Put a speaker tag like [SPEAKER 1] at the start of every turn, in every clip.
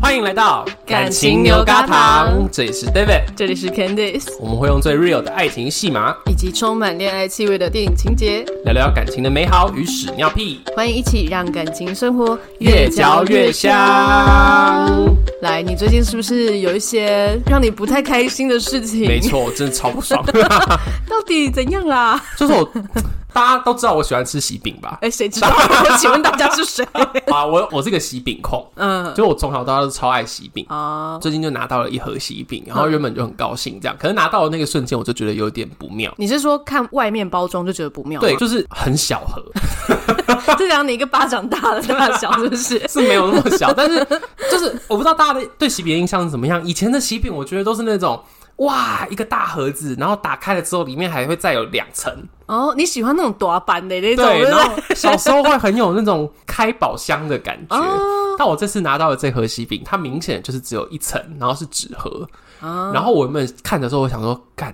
[SPEAKER 1] 欢迎来到
[SPEAKER 2] 感情牛轧糖
[SPEAKER 1] 这里是 David，
[SPEAKER 2] 这里是 Candice，
[SPEAKER 1] 我们会用最 real 的爱情戏码
[SPEAKER 2] 以及充满恋爱气味的电影情节，
[SPEAKER 1] 聊聊感情的美好与屎尿屁，
[SPEAKER 2] 欢迎一起让感情生活
[SPEAKER 1] 香。
[SPEAKER 2] 来，你最近是不是有一些让你不太开心的事情？
[SPEAKER 1] 没，错，真的超不 爽。
[SPEAKER 2] 到底怎样啦？
[SPEAKER 1] 就是我，大家都知道我喜欢吃喜饼 吧？
[SPEAKER 2] 哎，谁知 道？我请问大家是谁？
[SPEAKER 1] 啊，我我是个喜饼控，
[SPEAKER 2] 嗯
[SPEAKER 1] 就我从小到大都超爱喜饼。
[SPEAKER 2] 啊，
[SPEAKER 1] 最近就拿到了一盒喜饼，
[SPEAKER 2] 嗯
[SPEAKER 1] 然后原本就很高兴，这样。可是拿到的那个瞬间，我就觉得有点不妙。
[SPEAKER 2] 你是说看外面包装就觉得不妙？
[SPEAKER 1] 对，，就是很小盒，
[SPEAKER 2] 这讲你一个巴掌大的大小是 不是？
[SPEAKER 1] 是没有那么小，但是就是我不知道大家的对喜饼的印象是怎么样。以前的喜饼，我觉得都是那种哇一个大盒子，然后打开了之后里面还会再有两层，
[SPEAKER 2] 哦，你喜欢那种短版的那种，
[SPEAKER 1] 对，
[SPEAKER 2] 对不
[SPEAKER 1] 然
[SPEAKER 2] 对？
[SPEAKER 1] 后 小时候会很有那种开宝箱的感觉。
[SPEAKER 2] 哦
[SPEAKER 1] 但我这次拿到的这盒喜饼，它明显就是只有一层，然后是纸盒。
[SPEAKER 2] 啊
[SPEAKER 1] 然后我原本看的时候，我想说， 干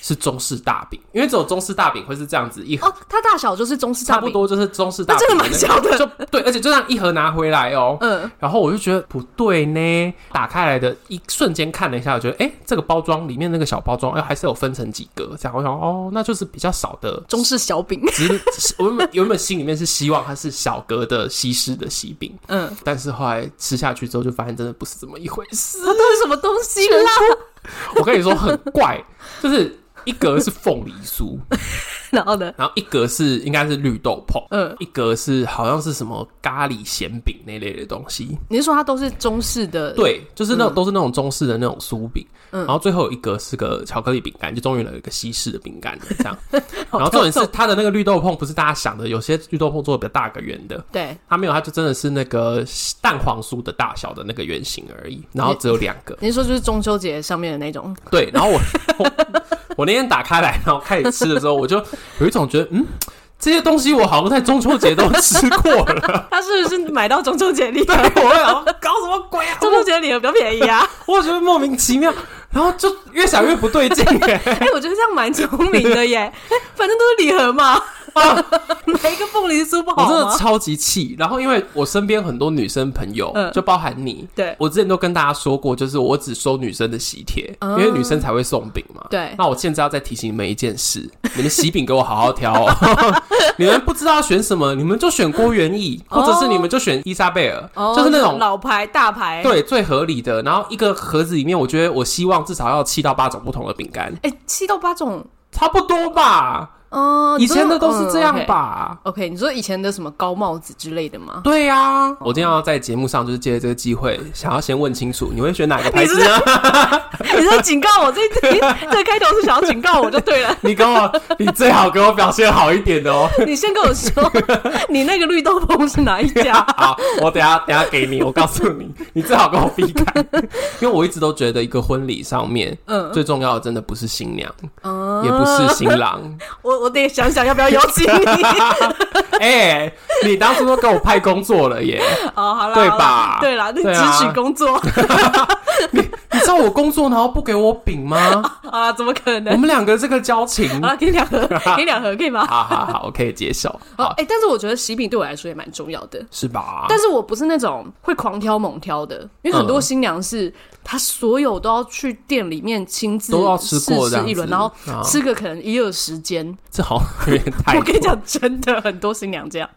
[SPEAKER 1] 是中式大饼，因为只有中式大饼会是这样子一盒，
[SPEAKER 2] 哦，它大小就是中式大
[SPEAKER 1] 差不
[SPEAKER 2] 饼，
[SPEAKER 1] 多就是中式大饼，
[SPEAKER 2] 那真的蛮小的
[SPEAKER 1] 就对，而且就这样一盒拿回来哦。
[SPEAKER 2] 嗯，
[SPEAKER 1] 然后我就觉得不对呢，打开来的一瞬间看了一下，我觉得哎、诶这个包装里面那个小包装，哎、还是有分成几格，这样我想哦，那就是比较少的
[SPEAKER 2] 中式 小饼，
[SPEAKER 1] 只是我原本原本心里面是希望它是小格的西施的喜饼，
[SPEAKER 2] 嗯，
[SPEAKER 1] 但是后来吃下去之后，就发现真的不是这么一回事。
[SPEAKER 2] 它都是什么东西啦？
[SPEAKER 1] 我跟你说很怪，就是一格是凤梨酥，
[SPEAKER 2] 然后呢？
[SPEAKER 1] 然后一格是应该是绿豆椪，
[SPEAKER 2] 嗯，
[SPEAKER 1] 一格是好像是什么咖喱咸饼那类的东西。
[SPEAKER 2] 你是说它都是中式的？，
[SPEAKER 1] 对，就是那种、
[SPEAKER 2] 嗯
[SPEAKER 1] 都是那种中式的那种酥饼，
[SPEAKER 2] 嗯
[SPEAKER 1] 然后最后有一格是个巧克力饼干，就终于有一个西式的饼干了这 样。然后重点是它的那个绿豆椪不是大家想的，有些绿豆椪做的比较大个圆的，
[SPEAKER 2] 对，
[SPEAKER 1] 它没有，它就真的是那个蛋黄酥的大小的那个圆形而 已，然后只有两个。
[SPEAKER 2] 你是说就是中秋节上面的 那种？
[SPEAKER 1] 对，然后我我我那天打开来，然后开始吃的时候，我就有一种觉得，嗯，这些东西我好像在中秋节都吃过了。
[SPEAKER 2] 他是不是买到中秋节礼
[SPEAKER 1] 对，我会想搞什么鬼啊？
[SPEAKER 2] 中秋节礼盒比较便宜啊！
[SPEAKER 1] 我觉得莫名其妙，然后就越想越不对劲耶、
[SPEAKER 2] 哎、我觉得这样蛮聪明的耶。哎反正都是礼盒嘛， 买一个凤梨酥不
[SPEAKER 1] 啊 我
[SPEAKER 2] 好
[SPEAKER 1] 真的
[SPEAKER 2] 吗？
[SPEAKER 1] 超级气。然后因为我身边很多女生朋友，
[SPEAKER 2] 嗯
[SPEAKER 1] 就包含你，
[SPEAKER 2] 对
[SPEAKER 1] 我之前都跟大家说过，就是我只收女生的喜帖，因
[SPEAKER 2] 嗯
[SPEAKER 1] 为女生才会送饼嘛。
[SPEAKER 2] 对
[SPEAKER 1] 那我现在要再提醒你们一件事：你们喜饼给我好好挑哦。 你们不知道选什么，你们就选郭元义，或者是你们就选伊莎贝尔，
[SPEAKER 2] 哦
[SPEAKER 1] 就是那种。
[SPEAKER 2] 老牌大牌。，
[SPEAKER 1] 对，最合理的。然后一个盒子里面，我觉得我希望至少要七到八种不同的饼干，
[SPEAKER 2] 哎、七到八种，
[SPEAKER 1] 差不多吧。
[SPEAKER 2] 哦、
[SPEAKER 1] 以
[SPEAKER 2] 你说
[SPEAKER 1] 前的都是这样
[SPEAKER 2] 嗯
[SPEAKER 1] 吧？
[SPEAKER 2] ？OK，, OK，你说以前的什么高帽子之类 的吗？
[SPEAKER 1] 对呀、我今天要在节目上就是借这个机会，想要先问清楚，你会选哪个牌子呢？
[SPEAKER 2] 你是在警告我这一集，这开头是想要警告我就对了。
[SPEAKER 1] 你跟我，你最好给我表现好一点的哦。
[SPEAKER 2] 你先跟我说， 你那个绿豆椪是哪一 家？
[SPEAKER 1] 好，我等一下等一下给你，我告诉你，你最好跟我避开， 因为我一直都觉得一个婚礼上面，
[SPEAKER 2] 嗯
[SPEAKER 1] 最重要的真的不是新娘，
[SPEAKER 2] 嗯
[SPEAKER 1] 也不是新 郎。
[SPEAKER 2] 我我得想想要不要邀 请你。
[SPEAKER 1] 哎、你当初都给我派工作了 耶！
[SPEAKER 2] 哦，好啦，
[SPEAKER 1] 对
[SPEAKER 2] 好啦
[SPEAKER 1] 吧
[SPEAKER 2] 对啦，那
[SPEAKER 1] 对啊
[SPEAKER 2] 支持工作
[SPEAKER 1] 你知道我工作然后不给我饼 吗？
[SPEAKER 2] 啊，怎么可
[SPEAKER 1] 我
[SPEAKER 2] 能？
[SPEAKER 1] 们两个这个交 情，
[SPEAKER 2] 好了，给你两 盒，给你两盒，可以吗？
[SPEAKER 1] 好好好，我可以接受，
[SPEAKER 2] 好，
[SPEAKER 1] 好
[SPEAKER 2] 哎，但是我觉得喜饼对我来说也蛮重要的。
[SPEAKER 1] 是吧？
[SPEAKER 2] 但是我不是那种会狂挑猛挑的，因为很多新娘是、她所有都要去店里面亲自
[SPEAKER 1] 都要吃过
[SPEAKER 2] 试
[SPEAKER 1] 这样
[SPEAKER 2] 试
[SPEAKER 1] 子
[SPEAKER 2] 一轮，然后
[SPEAKER 1] 啊
[SPEAKER 2] 吃个可能一二十间。
[SPEAKER 1] 这好像有点 太多。
[SPEAKER 2] 我跟你讲，真的很多新娘这样，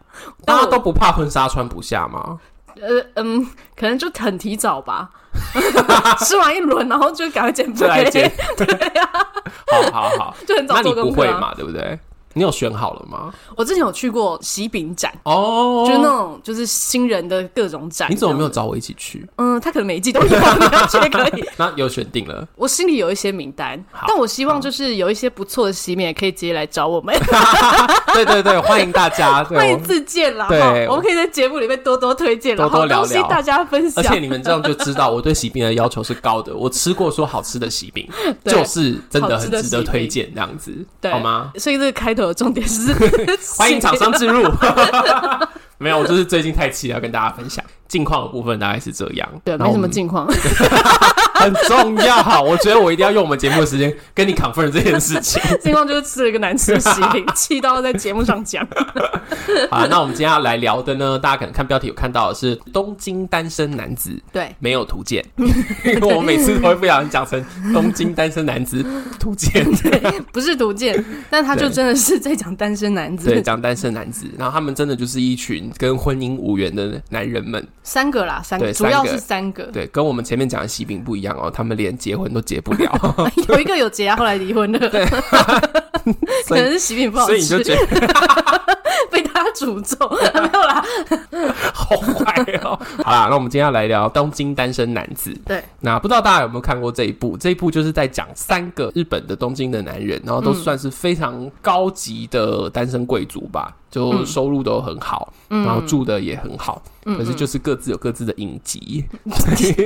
[SPEAKER 1] 大
[SPEAKER 2] 但我
[SPEAKER 1] 家都不怕婚纱穿不下吗？
[SPEAKER 2] 呃嗯，可能就很提早吧， 吃完一轮，然后就赶快减
[SPEAKER 1] 这来
[SPEAKER 2] 肥，
[SPEAKER 1] 接， 对好好好，
[SPEAKER 2] 就很
[SPEAKER 1] 那
[SPEAKER 2] 啊 早
[SPEAKER 1] 你
[SPEAKER 2] 做
[SPEAKER 1] 不
[SPEAKER 2] 功
[SPEAKER 1] 会
[SPEAKER 2] 课、啊。
[SPEAKER 1] 嘛？对不对？你有选好了吗？
[SPEAKER 2] 我之前有去过喜饼展，
[SPEAKER 1] 哦，
[SPEAKER 2] 就是那种就是新人的各种展。
[SPEAKER 1] 你怎么没有
[SPEAKER 2] 这样子？
[SPEAKER 1] 找我一起去？
[SPEAKER 2] 嗯，他可能每一季都有， 你要去也可以。
[SPEAKER 1] 那有选定了，
[SPEAKER 2] 我心里有一些名单
[SPEAKER 1] 好，
[SPEAKER 2] 但我希望就是有一些不错的喜饼也可以直接来找我们，
[SPEAKER 1] 对对对，欢迎大 家，对
[SPEAKER 2] 欢迎
[SPEAKER 1] 我
[SPEAKER 2] 自啊荐啦。
[SPEAKER 1] 对
[SPEAKER 2] 哈
[SPEAKER 1] 我
[SPEAKER 2] 我们可以在节目里面多多推荐啦，
[SPEAKER 1] 多多
[SPEAKER 2] 好
[SPEAKER 1] 聊
[SPEAKER 2] 东
[SPEAKER 1] 聊
[SPEAKER 2] 西大家分
[SPEAKER 1] 而
[SPEAKER 2] 享
[SPEAKER 1] 且。你们这样就知道我对喜饼的要求是高的。我吃过说好吃的喜饼，
[SPEAKER 2] 对
[SPEAKER 1] 就是真的很
[SPEAKER 2] 好吃的
[SPEAKER 1] 值
[SPEAKER 2] 喜
[SPEAKER 1] 得
[SPEAKER 2] 饼
[SPEAKER 1] 推荐，这样子
[SPEAKER 2] 对
[SPEAKER 1] 好吗？
[SPEAKER 2] 所以这个开头的重点是
[SPEAKER 1] 欢迎厂商置 入。没有，我就是最近太气了，要跟大家分享近况的部分大概是这样。
[SPEAKER 2] 对，
[SPEAKER 1] 然后
[SPEAKER 2] 没
[SPEAKER 1] 我
[SPEAKER 2] 什么
[SPEAKER 1] 们
[SPEAKER 2] 近况。
[SPEAKER 1] 很重要。我觉得我一定要用我们节目的时间跟你 confirm 这件事情。
[SPEAKER 2] 金光就是吃了一个难吃的喜 饼，气到要在节目上讲。
[SPEAKER 1] 好，那我们今天要来聊的呢，大家可能看标题有看到的是东京单身男子
[SPEAKER 2] 对，
[SPEAKER 1] 没有图鉴，因为我每次都会不小心讲成东京单身男子图鉴。
[SPEAKER 2] 不是毒箭，但他就
[SPEAKER 1] 对
[SPEAKER 2] 真的是在讲单身男
[SPEAKER 1] 对，
[SPEAKER 2] 子，
[SPEAKER 1] 讲单身男子，然后他们真的就是一群跟婚姻无缘的男人们。
[SPEAKER 2] 三个啦，三
[SPEAKER 1] 对
[SPEAKER 2] 个，主
[SPEAKER 1] 三
[SPEAKER 2] 要
[SPEAKER 1] 个
[SPEAKER 2] 是三个，
[SPEAKER 1] 对，跟我们前面讲的喜饼不一样哦，他们连结婚都结不了，
[SPEAKER 2] 有一个有结啊，后来离婚了， 可
[SPEAKER 1] 所以
[SPEAKER 2] 能是喜饼不好
[SPEAKER 1] 所以你就
[SPEAKER 2] 吃，
[SPEAKER 1] 觉得
[SPEAKER 2] 被他诅咒， 没有啦，
[SPEAKER 1] 好坏哦。 好啦，那我们今天要来聊《东京单身男子》。
[SPEAKER 2] 对，
[SPEAKER 1] 那不知道大家有没有看过这一部？这一部就是在讲三个日本的东京的男人，然后都算是非常高级的单身贵族吧，就收入都很好，然后住的也很好，可是就是各自有各自的隐 疾，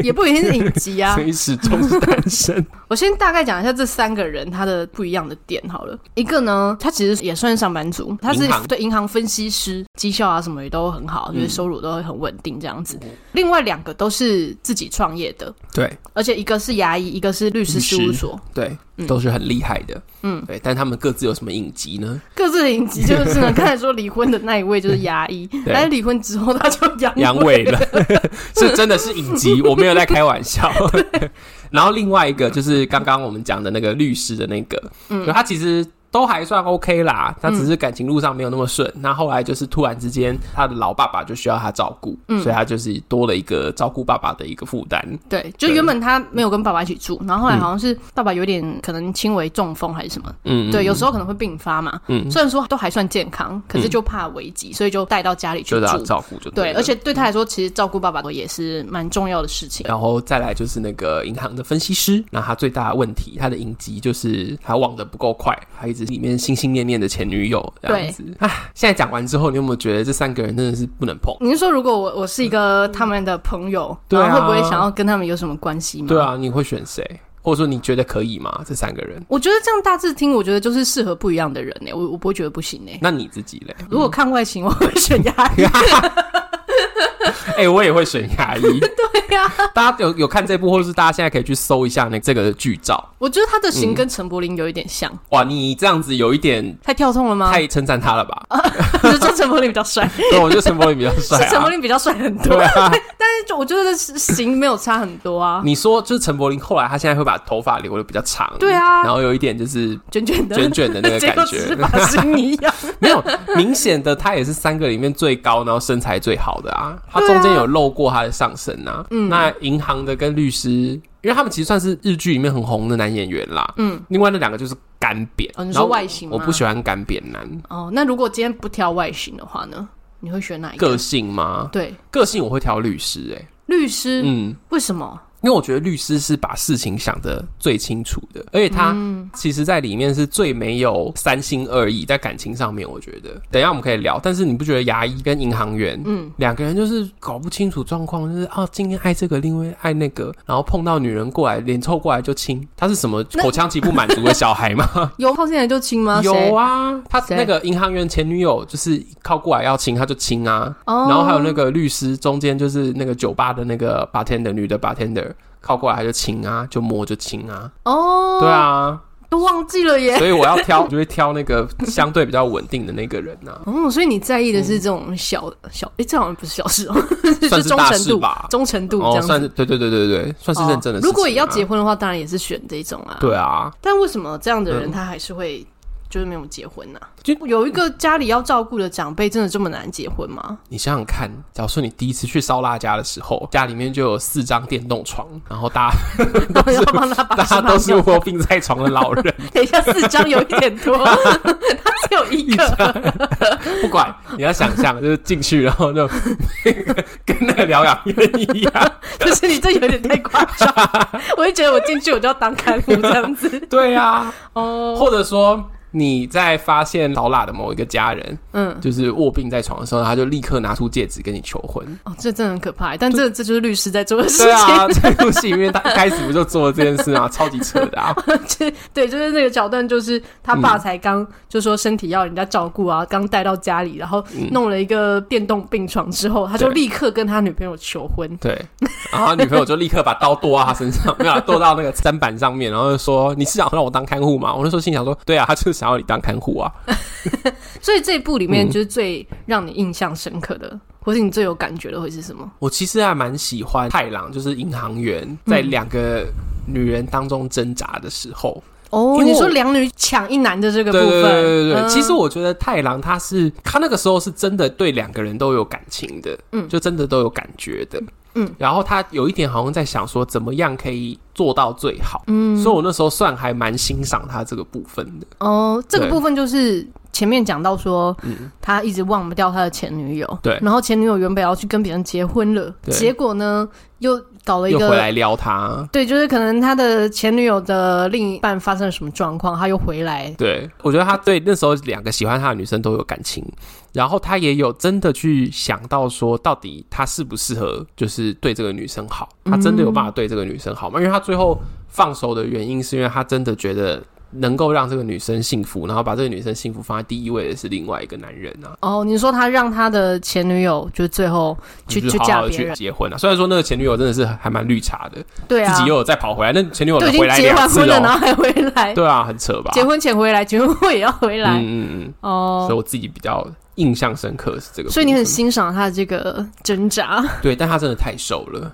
[SPEAKER 2] 也不一定是影集啊
[SPEAKER 1] 所。以始终是单身。
[SPEAKER 2] 我先大概讲一下这三个人他的不一样的点好了。一个呢，他其实也算是上班族，他是
[SPEAKER 1] 银行嗯
[SPEAKER 2] 对银行分析师，绩效啊什么也都很好，就是收入都会很稳定这样子。另外两个都是自己创业的，
[SPEAKER 1] 对
[SPEAKER 2] 而且一个是牙医，一个是律师事务
[SPEAKER 1] 律师
[SPEAKER 2] 所，
[SPEAKER 1] 对，都是很厉害的。嗯，对，但他们各自有什么隐疾呢？
[SPEAKER 2] 各自的影集就是呢，刚才说离婚的那一位就是牙医，
[SPEAKER 1] 对
[SPEAKER 2] 但是离婚之后他就 阳
[SPEAKER 1] 阳
[SPEAKER 2] 痿，
[SPEAKER 1] 痿了， 是真的是影集，我没有在开玩笑。然后另外一个就是刚刚我们讲的那个律师的那个，嗯，他其实。都还算 OK 啦，他只是感情路上没有那么
[SPEAKER 2] 嗯
[SPEAKER 1] 顺。那、后来就是突然之间，他的老爸爸就需要他照顾，
[SPEAKER 2] 嗯
[SPEAKER 1] 所以他就是多了一个照顾爸爸的一个负担。
[SPEAKER 2] 对，就原本他没有跟爸爸一起住，然后后来好像是爸爸有点可能轻微中风还是什么，
[SPEAKER 1] 嗯，
[SPEAKER 2] 对，有时候可能会并发嘛。
[SPEAKER 1] 嗯
[SPEAKER 2] 虽然说都还算健康，可是就怕危及，所以就带到家里去
[SPEAKER 1] 就是要
[SPEAKER 2] 住。
[SPEAKER 1] 照顾就
[SPEAKER 2] 对，
[SPEAKER 1] 了
[SPEAKER 2] 而且对他来说，其实照顾爸爸也是蛮重要的事情。
[SPEAKER 1] 然后再来就是那个银行的分析师，那他最大的问题，他的影集就是他忘得不够快，他一直里面心心念念的前女友这样子。唉，现在讲完之后，你有没有觉得这三个人真的是不能碰？
[SPEAKER 2] 你是说，如果我我是一个他们的朋友，
[SPEAKER 1] 对啊
[SPEAKER 2] 然后会不会想要跟他们有什么关系吗？
[SPEAKER 1] 对，啊，你会选谁？或者说你觉得可以吗？这三个人？
[SPEAKER 2] 我觉得这样大致听，我觉得就是适合不一样的人呢、欸我我不会觉得不行呢、欸
[SPEAKER 1] 那你自己嘞？
[SPEAKER 2] 如果看外形，我会选牙医。
[SPEAKER 1] 哎、我也会选牙医。 对啊
[SPEAKER 2] 呀、
[SPEAKER 1] 大家有有看这部，或者是大家现在可以去搜一下那这个剧照。
[SPEAKER 2] 我觉得他的型跟陈柏霖有一点像，
[SPEAKER 1] 哇，你这样子有一点
[SPEAKER 2] 太跳痛了吗？
[SPEAKER 1] 太称赞他了吧？
[SPEAKER 2] 我觉得陈柏霖比较帅，
[SPEAKER 1] 对，我觉得陈柏霖比较 帅、
[SPEAKER 2] 是陈柏
[SPEAKER 1] 啊。
[SPEAKER 2] 霖比较帅很多。
[SPEAKER 1] 对啊，
[SPEAKER 2] 但是就我觉得是型没有差很多啊，
[SPEAKER 1] 你说就是陈柏霖后来他现在会把头发留的比较长，
[SPEAKER 2] 对啊
[SPEAKER 1] 然后有一点 就是
[SPEAKER 2] 卷卷的，
[SPEAKER 1] 卷卷的那个
[SPEAKER 2] 结
[SPEAKER 1] 感
[SPEAKER 2] 果只是
[SPEAKER 1] 觉，
[SPEAKER 2] 发型一 样。
[SPEAKER 1] 没有明显的他也是三个里面最高，然后身材最好的啊，他
[SPEAKER 2] 对啊
[SPEAKER 1] 中间有露过他的上身啊，嗯，那银行的跟律师，因为他们其实算是日剧里面很红的男演员啦，嗯，另外那两个就是干扁，
[SPEAKER 2] 哦你
[SPEAKER 1] 然
[SPEAKER 2] 说
[SPEAKER 1] 后
[SPEAKER 2] 外形吗
[SPEAKER 1] 我不喜欢干扁男，
[SPEAKER 2] 哦，那如果今天不挑外形的话呢？你会选哪一
[SPEAKER 1] 个
[SPEAKER 2] 个？
[SPEAKER 1] 性吗？
[SPEAKER 2] 对，
[SPEAKER 1] 个性我会挑律师、欸，
[SPEAKER 2] 律师、
[SPEAKER 1] 嗯，
[SPEAKER 2] 为什么？
[SPEAKER 1] 因为我觉得律师是把事情想得最清楚的，而且他
[SPEAKER 2] 嗯
[SPEAKER 1] 其实在里面是最没有三心二意，在感情上面，我觉得等一下我们可以聊。但是你不觉得牙医跟银行员，嗯，两个人就是搞不清楚状况，就是啊，今天爱这个，另外爱那个，然后碰到女人过来，脸凑过来就亲，他是什么
[SPEAKER 2] 那
[SPEAKER 1] 口腔期不满足的小孩 吗？
[SPEAKER 2] 有靠近来就亲吗？
[SPEAKER 1] 有
[SPEAKER 2] 谁
[SPEAKER 1] 啊，他
[SPEAKER 2] 谁
[SPEAKER 1] 那个银行员前女友就是靠过来要亲，他就亲啊。
[SPEAKER 2] 哦，
[SPEAKER 1] 然后还有那个律师，中间就是那个酒吧的那个 bartender 女的 bartender 靠过来，他就亲啊，就摸就亲啊，
[SPEAKER 2] 哦，
[SPEAKER 1] 对，啊，
[SPEAKER 2] 都忘记了耶。
[SPEAKER 1] 所以我要挑，我就会挑那个相对比较稳定的那个人啊，
[SPEAKER 2] 哦，所以你在意的是这种小、小，诶，这好像不是小事 哦，
[SPEAKER 1] 嗯算
[SPEAKER 2] 是
[SPEAKER 1] 是
[SPEAKER 2] 忠
[SPEAKER 1] 大
[SPEAKER 2] 诚
[SPEAKER 1] 事
[SPEAKER 2] 度
[SPEAKER 1] 吧，
[SPEAKER 2] 忠诚度这
[SPEAKER 1] 哦，
[SPEAKER 2] 样子
[SPEAKER 1] 算。是对对对对对，算是认真的、啊
[SPEAKER 2] 哦如果也要结，婚的话，当然也是选这种啊。，
[SPEAKER 1] 对啊，
[SPEAKER 2] 但为什么这样的人
[SPEAKER 1] 嗯
[SPEAKER 2] 他还是会就是没有结婚呢、就
[SPEAKER 1] 就
[SPEAKER 2] 有一个家里要照顾的长辈，真的这么难结 婚吗？
[SPEAKER 1] 你想想看，假如说你第一次去烧腊家的时候，家里面就有四张电动床，然后大家
[SPEAKER 2] 然 后要帮他把
[SPEAKER 1] 大家
[SPEAKER 2] 什么
[SPEAKER 1] 都 是卧病在床的老人，
[SPEAKER 2] 等一下四张有一点多， 他只有一个。
[SPEAKER 1] 不管你要想象，就是进去然后就 跟那个疗养院一样。
[SPEAKER 2] 可是你这有点太夸 张，我就觉得我进去我就要当看护这样子
[SPEAKER 1] 对啊，
[SPEAKER 2] 哦。
[SPEAKER 1] 或者说你在发现老喇的某一个家人
[SPEAKER 2] 嗯，
[SPEAKER 1] 就是卧病在床的时候，他就立刻拿出戒指跟你求婚。
[SPEAKER 2] 哦，这真的很可怕，但这这就是律师在做的事
[SPEAKER 1] 对啊，
[SPEAKER 2] 情。
[SPEAKER 1] 这部戏里面他一开始不就做了这件事啊，超级扯的啊！
[SPEAKER 2] 对、 对，就是那个桥段，就是他
[SPEAKER 1] 嗯
[SPEAKER 2] 爸才刚就说身体要人家照顾啊，刚带到家里，然后弄了一个电动病床之后，他就
[SPEAKER 1] 嗯对
[SPEAKER 2] 立刻跟他女朋友求婚。
[SPEAKER 1] 对，然后他女朋友就立刻把刀剁到他身上，没有啊剁到那个砧板上面，然后就说：“你是想让我当看护吗？”我那时候心想说：“对啊，他就是想要你当看护啊。
[SPEAKER 2] 所以这一部里面
[SPEAKER 1] 嗯
[SPEAKER 2] 就是最让你印象深刻的，或是你最有感觉的会是什么？”
[SPEAKER 1] 我其实还蛮喜欢太郎，就是银行员在两个女人当中挣扎的时候，
[SPEAKER 2] 哦
[SPEAKER 1] 因为
[SPEAKER 2] 你说
[SPEAKER 1] 我
[SPEAKER 2] 两女抢一男的这个部
[SPEAKER 1] 对对
[SPEAKER 2] 分，
[SPEAKER 1] 对对对，
[SPEAKER 2] 嗯
[SPEAKER 1] 其实我觉得太郎他是他那个时候是真的对两个人都有感情的，
[SPEAKER 2] 嗯
[SPEAKER 1] 就真的都有感觉的，
[SPEAKER 2] 嗯。
[SPEAKER 1] 然后他有一点好像在想说，怎么样可以做到最好，嗯。所以我那时候算还蛮欣赏他这个部分的，
[SPEAKER 2] 哦，这个
[SPEAKER 1] 对
[SPEAKER 2] 部分就是前面讲到说，
[SPEAKER 1] 嗯
[SPEAKER 2] 他一直忘不掉他的前女友，
[SPEAKER 1] 对
[SPEAKER 2] 然后前女友原本要去跟别人结婚了，
[SPEAKER 1] 对
[SPEAKER 2] 结果呢又搞了一
[SPEAKER 1] 又回
[SPEAKER 2] 个。
[SPEAKER 1] 来撩他。
[SPEAKER 2] 对，就是可能他的前女友的另一半发生了什么状况，他又回来。
[SPEAKER 1] 对，我觉得他对那时候两个喜欢他的女生都有感情，然后他也有真的去想到说，到底他适不适合，就是对这个女生好，他真的有办法对这个女生好吗？因为他最后放手的原因，是因为他真的觉得能够让这个女生幸福，然后把这个女生幸福放在第一位的是另外一个男人啊。
[SPEAKER 2] 哦，你说他让他的前女友就最后去
[SPEAKER 1] 就是
[SPEAKER 2] 去
[SPEAKER 1] 好
[SPEAKER 2] 嫁
[SPEAKER 1] 好的
[SPEAKER 2] 别
[SPEAKER 1] 去
[SPEAKER 2] 人，
[SPEAKER 1] 结婚啊！虽然说那个前女友真的是还蛮绿茶的，
[SPEAKER 2] 对啊，
[SPEAKER 1] 自己又有再跑回来，那前女友
[SPEAKER 2] 都已经
[SPEAKER 1] 回来
[SPEAKER 2] 结
[SPEAKER 1] 两
[SPEAKER 2] 完
[SPEAKER 1] 次
[SPEAKER 2] 婚了，然
[SPEAKER 1] 哦，
[SPEAKER 2] 后还回来，
[SPEAKER 1] 对啊，很扯吧？
[SPEAKER 2] 结婚前回来，结婚后也要回来。
[SPEAKER 1] 嗯嗯嗯，
[SPEAKER 2] 哦
[SPEAKER 1] 所以，我自己比较印象深刻是这个部分，
[SPEAKER 2] 所以你很欣赏他的这个挣扎。
[SPEAKER 1] 对，但他真的太瘦了，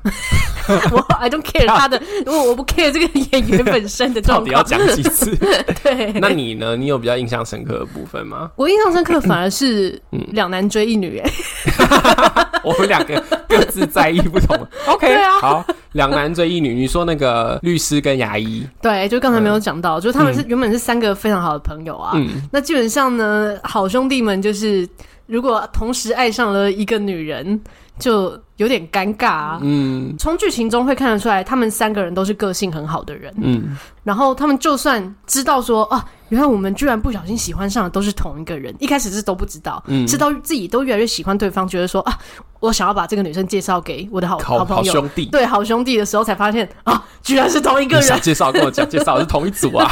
[SPEAKER 2] 我 I don't care 他 的，我我不 care 这个演员本身的
[SPEAKER 1] 到
[SPEAKER 2] 状
[SPEAKER 1] 底要
[SPEAKER 2] 况。
[SPEAKER 1] 讲几次？
[SPEAKER 2] 对，
[SPEAKER 1] 那你呢？你有比较印象深刻的部分吗？
[SPEAKER 2] 我印象深刻反而是
[SPEAKER 1] 嗯
[SPEAKER 2] 两男追一女，哎，
[SPEAKER 1] 我们两个各自在意不同。OK，
[SPEAKER 2] 对啊
[SPEAKER 1] 好，两男追一女。你说那个律师跟牙医，
[SPEAKER 2] 对，就刚才没有讲到，就是他们是原本是三个非常好的朋友啊，
[SPEAKER 1] 嗯，
[SPEAKER 2] 那基本上呢，好兄弟们就是如果同时爱上了一个女人，就有点尴尬啊。
[SPEAKER 1] 嗯
[SPEAKER 2] 从剧情中会看得出来，他们三个人都是个性很好的人。
[SPEAKER 1] 嗯，
[SPEAKER 2] 然后他们就算知道说啊，原来我们居然不小心喜欢上的都是同一个人，一开始是都不知道，
[SPEAKER 1] 嗯
[SPEAKER 2] 直到自己都越来越喜欢对方，觉得说啊，我想要把这个女生介绍给我的好
[SPEAKER 1] 好
[SPEAKER 2] 朋友，
[SPEAKER 1] 兄弟。
[SPEAKER 2] 对好兄弟的时候，才发现啊，居然是同一个
[SPEAKER 1] 你想
[SPEAKER 2] 人。
[SPEAKER 1] 介绍跟我讲介绍是同一组 啊，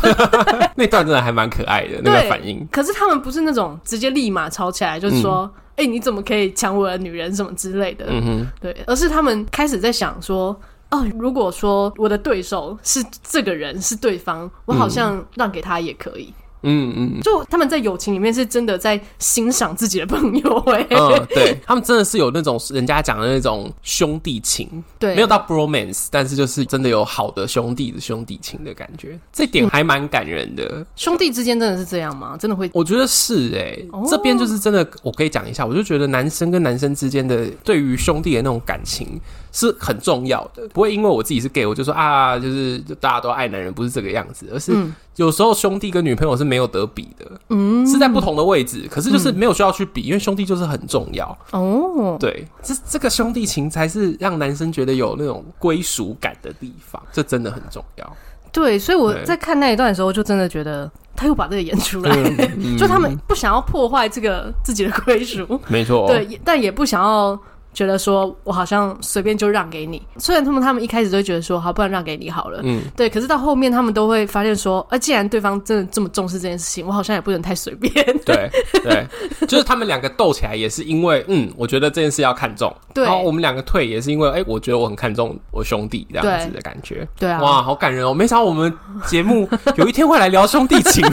[SPEAKER 1] 那段真的还蛮可爱的，那个
[SPEAKER 2] 对
[SPEAKER 1] 反应。
[SPEAKER 2] 可是他们不是那种直接立马吵起来，就是说，哎、你怎么可以抢我的女人什么之类的，
[SPEAKER 1] 嗯哼，
[SPEAKER 2] 对，而是他们开始在想说。哦，如果说我的对手是这个人，是对方，我好像让给他也可以。
[SPEAKER 1] 嗯嗯
[SPEAKER 2] 就他们在友情里面是真的在欣赏自己的朋友哎、
[SPEAKER 1] 嗯，对他们真的是有那种人家讲的那种兄弟情，
[SPEAKER 2] 对，
[SPEAKER 1] 没有到 bromance，但是就是真的有好的兄弟的兄弟情的感觉，这
[SPEAKER 2] 嗯
[SPEAKER 1] 点还蛮感人的。
[SPEAKER 2] 兄弟之间真的是这样吗？真的会
[SPEAKER 1] 我觉得是哎、
[SPEAKER 2] 哦
[SPEAKER 1] 这边就是真的，我可以讲一下，我就觉得男生跟男生之间的对于兄弟的那种感情是很重要的，不会因为我自己是 gay，我就说啊，就是就大家都爱男人，不是这个样子，而是
[SPEAKER 2] 嗯
[SPEAKER 1] 有时候兄弟跟女朋友是没有得比的，嗯，是在不同的位置，可是
[SPEAKER 2] 嗯
[SPEAKER 1] 就是没有需要去比，因为兄弟就是很重要，
[SPEAKER 2] 哦？
[SPEAKER 1] 对，这这个兄弟情才是让男生觉得有那种归属感的地方，这真的很重要。
[SPEAKER 2] 对，所以我
[SPEAKER 1] 对
[SPEAKER 2] 在看那一段的时候，就真的觉得他又把这个演出来，
[SPEAKER 1] 嗯
[SPEAKER 2] 就他们不想要破坏这个自己的归属，
[SPEAKER 1] 没错，哦
[SPEAKER 2] 对，也但也不想要。觉得说，我好像随便就让给你。虽然他们他们一开始都会觉得说，好，不然让给你好了。
[SPEAKER 1] 嗯，
[SPEAKER 2] 对，可是到后面他们都会发现说，啊，既然对方真的这么重视这件事情，我好像也不能太随便。
[SPEAKER 1] 对对，就是他们两个斗起来也是因为，嗯，我觉得这件事要看重。
[SPEAKER 2] 对
[SPEAKER 1] 然后我们两个退也是因为，哎、我觉得我很看重我兄弟这样子
[SPEAKER 2] 对
[SPEAKER 1] 的感觉。
[SPEAKER 2] 对啊，
[SPEAKER 1] 哇，好感人哦！没想到我们节目有一天会来聊兄弟情，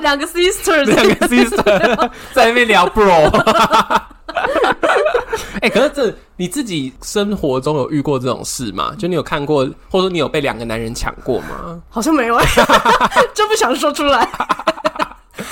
[SPEAKER 2] 两个 sisters，
[SPEAKER 1] 两 个 sister 在那边聊 bro。哎、可是这你自己生活中有遇过这种事吗？就你有看过，或者说你有被两个男人抢过吗？
[SPEAKER 2] 好像没有哎、 就不想说出 来，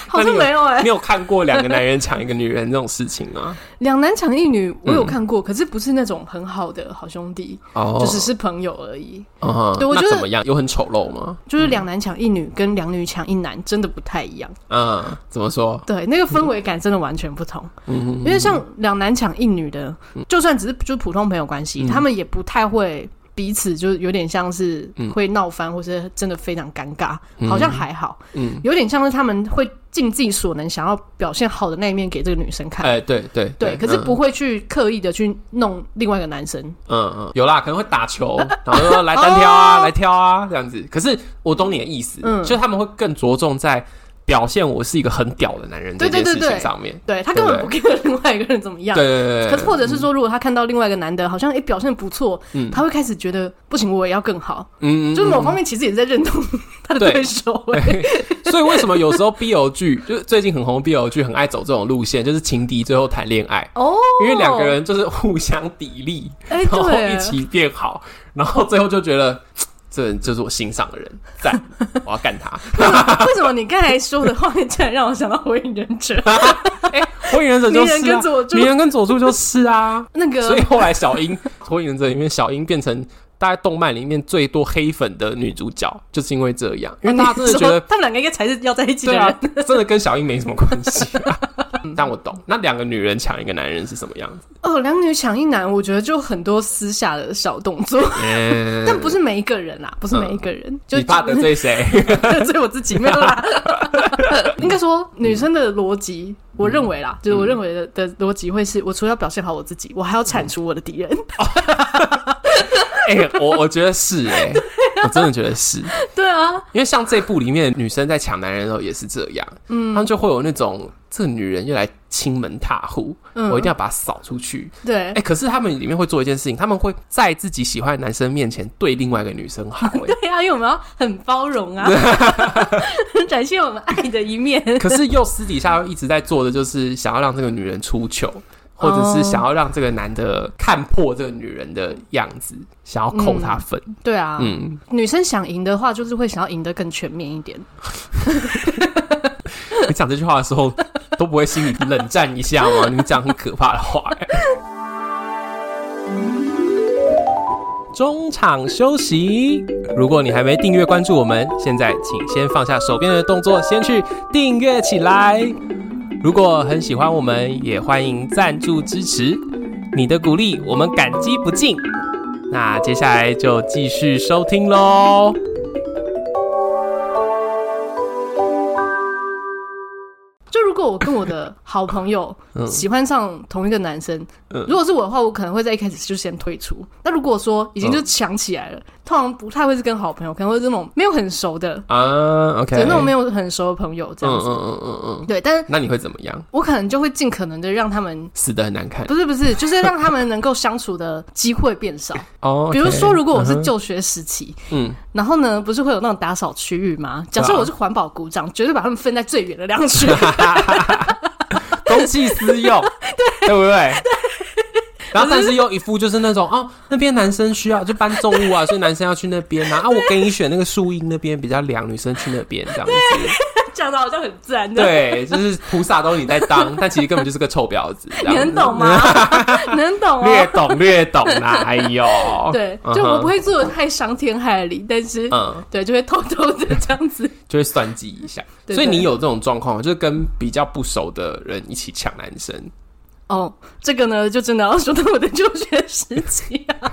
[SPEAKER 2] 好像没有哎、
[SPEAKER 1] 你有看过两个男人抢一个女人这种事情吗？
[SPEAKER 2] 两男抢一女，我
[SPEAKER 1] 嗯
[SPEAKER 2] 有看过，可是不是那种很好的好兄弟，
[SPEAKER 1] 哦
[SPEAKER 2] 就只是朋友而已。
[SPEAKER 1] 啊，
[SPEAKER 2] 对我
[SPEAKER 1] 那
[SPEAKER 2] 觉得
[SPEAKER 1] 怎么样？有很丑陋吗？
[SPEAKER 2] 就是两男抢一女跟两女抢一男真的不太一样，
[SPEAKER 1] 嗯，怎么说？
[SPEAKER 2] 对，那个氛围感真的完全不同。
[SPEAKER 1] 嗯
[SPEAKER 2] 因为像两男抢一女的，就算只是就是普通朋友关
[SPEAKER 1] 嗯
[SPEAKER 2] 系，他们也不太会。彼此就是有点像
[SPEAKER 1] 嗯
[SPEAKER 2] 是会闹翻，或是真的非常尴尬，好像还好。
[SPEAKER 1] 嗯
[SPEAKER 2] 有点像是他们会尽自己所能，想要表现好的那一面给这个女生看。
[SPEAKER 1] 哎、对对
[SPEAKER 2] 对，可是
[SPEAKER 1] 嗯
[SPEAKER 2] 不会去刻意的去弄另外一个男生。
[SPEAKER 1] 嗯嗯，有啦，可能会打 球，然后就说来单挑啊，
[SPEAKER 2] 哦
[SPEAKER 1] 来挑啊这样子。可是我懂你的意思，
[SPEAKER 2] 嗯
[SPEAKER 1] 就是他们会更着重在表现我是一个很屌的男人这件
[SPEAKER 2] 对对
[SPEAKER 1] 事
[SPEAKER 2] 对
[SPEAKER 1] 情
[SPEAKER 2] 对
[SPEAKER 1] 上面。
[SPEAKER 2] 对他根本不 care 另外一个人怎么样
[SPEAKER 1] 对。对对对，
[SPEAKER 2] 可是或者是说，如果他看到另外一个男的好像诶表现不错，
[SPEAKER 1] 嗯
[SPEAKER 2] 他会开始觉得不行，我也要更好。
[SPEAKER 1] 嗯，嗯
[SPEAKER 2] 就是某方面其实也在认同 他的
[SPEAKER 1] 对
[SPEAKER 2] 对手、诶
[SPEAKER 1] 对，所以为什么有时候 BL 剧就是最近很红的 BL 剧很爱走这种路线，就是情敌最后谈恋爱，
[SPEAKER 2] 哦，
[SPEAKER 1] 因为两个人就是互相砥砺，
[SPEAKER 2] 哎、
[SPEAKER 1] 然后
[SPEAKER 2] 对，
[SPEAKER 1] 一起变好，然后最后就觉得这人就是我欣赏的人，赞，我要干 他。
[SPEAKER 2] 为什么你刚才说的画面竟然让我想到《火影忍者》
[SPEAKER 1] 哎、火影忍者就是、啊、
[SPEAKER 2] 鸣人跟佐助
[SPEAKER 1] 鸣人跟佐助就是啊，
[SPEAKER 2] 那
[SPEAKER 1] 所以
[SPEAKER 2] 个？
[SPEAKER 1] 后来小樱， 火影忍者里面小樱变成大概动漫里面最多黑粉的女主角，就是因为这样，因为大家真的觉
[SPEAKER 2] 你
[SPEAKER 1] 得
[SPEAKER 2] 说。他们两个应该才是要在一起的
[SPEAKER 1] 对
[SPEAKER 2] 人。
[SPEAKER 1] 啊，真的跟小樱没什么关系、啊。 但我懂，那两个女人抢一个男人是什么样子？
[SPEAKER 2] 哦，两女抢一男，我觉得就很多私下的小动作，但不是每一个人啦，啊不是每一个人，嗯就
[SPEAKER 1] 嗯你怕得 罪谁？
[SPEAKER 2] 得罪我自己没有 啦。应该说女生的逻辑，我认为啦，就是我认为的的逻辑会是我除了要表现好我自己，我还要铲除我的敌人。
[SPEAKER 1] 哎、我我觉得是哎、我真的觉得是。
[SPEAKER 2] 对啊，
[SPEAKER 1] 因为像这部里面女生在抢男人的时候也是这样，嗯，他们就会有那种这女人又来亲门踏户，
[SPEAKER 2] 嗯
[SPEAKER 1] 我一定要把她扫出去。
[SPEAKER 2] 对
[SPEAKER 1] 哎、，可是他们里面会做一件事情，他们会在自己喜欢的男生面前对另外一个女生好、哎
[SPEAKER 2] 对啊，因为我们要很包容 啊，展现我们爱的一面。
[SPEAKER 1] 可是又私底下又一直在做的就是想要让这个女人出糗。或者是
[SPEAKER 2] 哦
[SPEAKER 1] 想要让这个男的看破这个女人的样子，想要扣她分，
[SPEAKER 2] 对啊，
[SPEAKER 1] 嗯，
[SPEAKER 2] 女生想赢的话，就是会想要赢得更全面一点。
[SPEAKER 1] 你讲这句话的时候，都不会心里冷战一下吗？你讲很可怕的话、欸。中场休息。如果你还没订阅关注我们，现在请先放下手边的动作，先去订阅起来。如果很喜欢我们，也欢迎赞助支持，你的鼓励我们感激不尽。那接下来就继续收听喽。
[SPEAKER 2] 就如果我跟我的好朋友
[SPEAKER 1] 嗯
[SPEAKER 2] 喜欢上同一个男生，
[SPEAKER 1] 嗯
[SPEAKER 2] 如果是我的话，我可能会在一开始就先退出。那如果说已经就抢起来了，通常不太会是跟好朋友，可能会是那种没有很熟的，
[SPEAKER 1] 啊，OK，
[SPEAKER 2] 对，那种没有很熟的朋友
[SPEAKER 1] 嗯
[SPEAKER 2] 这样
[SPEAKER 1] 嗯
[SPEAKER 2] 子。
[SPEAKER 1] 嗯嗯嗯，
[SPEAKER 2] 对，但是
[SPEAKER 1] 那你会怎么样？
[SPEAKER 2] 我可能就会尽可能的让他们，
[SPEAKER 1] 死的很难看
[SPEAKER 2] 不是不是，就是让他们能够相处的机会变少。
[SPEAKER 1] 哦。
[SPEAKER 2] 比如
[SPEAKER 1] OK，
[SPEAKER 2] 说，如果我是
[SPEAKER 1] 嗯哼
[SPEAKER 2] 就学时期，
[SPEAKER 1] 嗯，
[SPEAKER 2] 然后呢，不是会有那种打扫区域吗？假设
[SPEAKER 1] 对啊啊
[SPEAKER 2] 我是环保股长，绝对把他们分在最远的两 区。
[SPEAKER 1] 公器私用， 对不对？然后，但是又一副就是那种哦，那边男生需要就搬重物啊，所以男生要去那边啊。啊，我给你选那个树荫那边比较凉，女生去那边这样子。
[SPEAKER 2] 讲的好像很自然的，
[SPEAKER 1] 对，啊就是菩萨都是你在当， 但其实根本就是个臭婊子。这样
[SPEAKER 2] 你
[SPEAKER 1] 子
[SPEAKER 2] 能 懂？吗？能懂
[SPEAKER 1] 略
[SPEAKER 2] 哦。
[SPEAKER 1] 懂略懂 啦，哎呦，
[SPEAKER 2] 对
[SPEAKER 1] 嗯，哼
[SPEAKER 2] 就我不，会做的太伤天害理，但是、
[SPEAKER 1] 嗯，
[SPEAKER 2] 对，就会偷偷的这样子。
[SPEAKER 1] 就会算计一下。
[SPEAKER 2] 对
[SPEAKER 1] 所以
[SPEAKER 2] 对
[SPEAKER 1] 你有这种状况吗，就是跟比较不熟的人一起抢男生，
[SPEAKER 2] 哦，这个呢，就真的要说到我的就学时期啊。